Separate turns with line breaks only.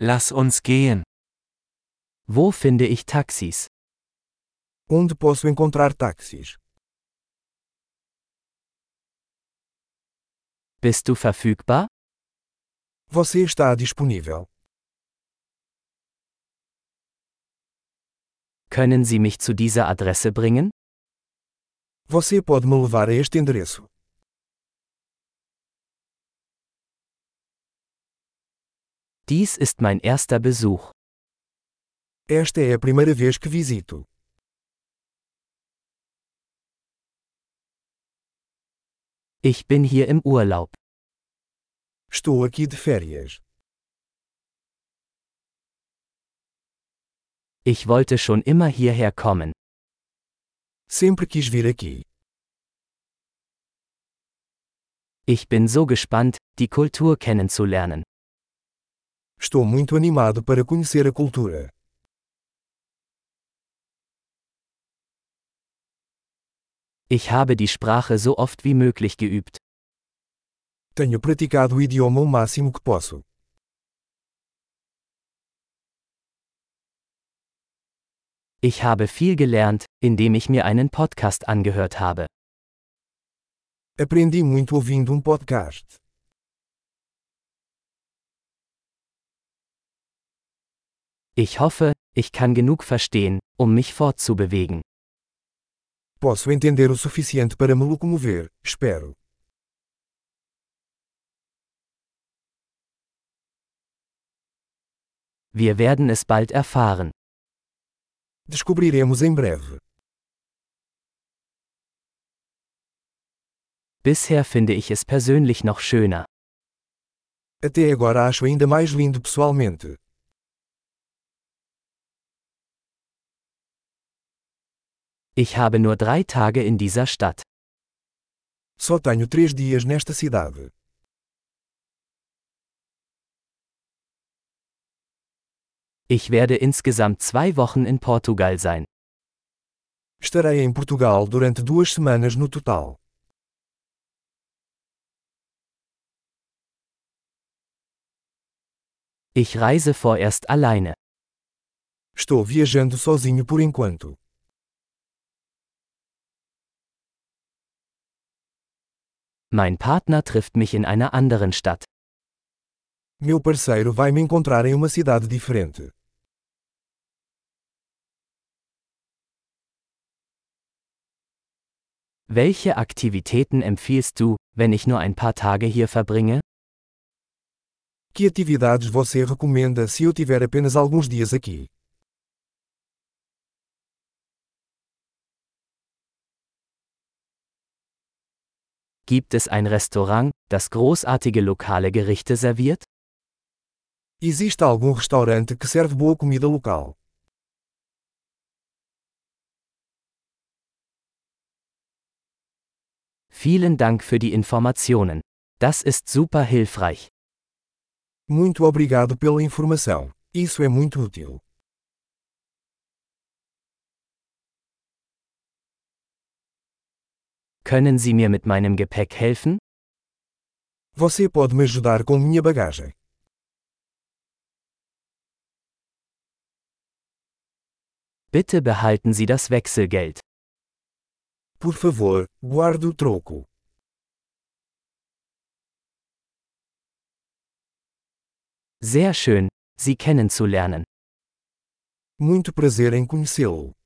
Lass uns gehen. Wo finde ich Taxis?
Onde posso encontrar táxis?
Bist du verfügbar?
Você está disponível?
Können Sie mich zu dieser Adresse bringen?
Você pode me levar a este endereço?
Dies ist mein erster Besuch.
Esta é a primeira vez que visito.
Ich bin hier im Urlaub.
Estou aqui de férias.
Ich wollte schon immer hierher kommen.
Sempre quis vir aqui.
Ich bin so gespannt, die Kultur kennenzulernen.
Estou muito animado para conhecer a cultura.
Ich habe die Sprache so oft wie möglich geübt.
Tenho praticado o idioma o máximo que posso.
Ich habe viel gelernt, indem ich mir einen Podcast angehört habe.
Aprendi muito ouvindo um podcast.
Ich hoffe, ich kann genug verstehen, um mich fortzubewegen.
Posso entender o suficiente para me locomover, espero.
Wir werden es bald erfahren.
Descobriremos em breve.
Bisher finde ich es persönlich noch schöner.
Até agora acho ainda mais lindo pessoalmente.
Ich habe nur drei Tage in dieser Stadt.
Só tenho três dias nesta cidade.
Ich werde insgesamt zwei Wochen in Portugal sein.
Estarei em Portugal durante duas semanas no total.
Ich reise vorerst alleine.
Estou viajando sozinho por enquanto.
Mein Partner trifft mich in einer anderen Stadt.
Meu parceiro vai me encontrar em uma cidade diferente.
Welche Aktivitäten empfiehlst du, wenn ich nur ein paar Tage hier verbringe?
Que atividades você recomenda se eu tiver apenas alguns dias aqui?
Gibt es ein Restaurant, das großartige lokale Gerichte serviert?
Existe algum restaurante que serve boa comida local?
Vielen Dank für die Informationen. Das ist super hilfreich.
Muito obrigado pela informação. Isso é muito útil.
Können Sie mir mit meinem Gepäck helfen?
Você pode me ajudar com minha bagagem.
Bitte behalten Sie das Wechselgeld.
Por favor, guarde o troco.
Sehr schön, Sie kennenzulernen.
Muito prazer em conhecê-lo.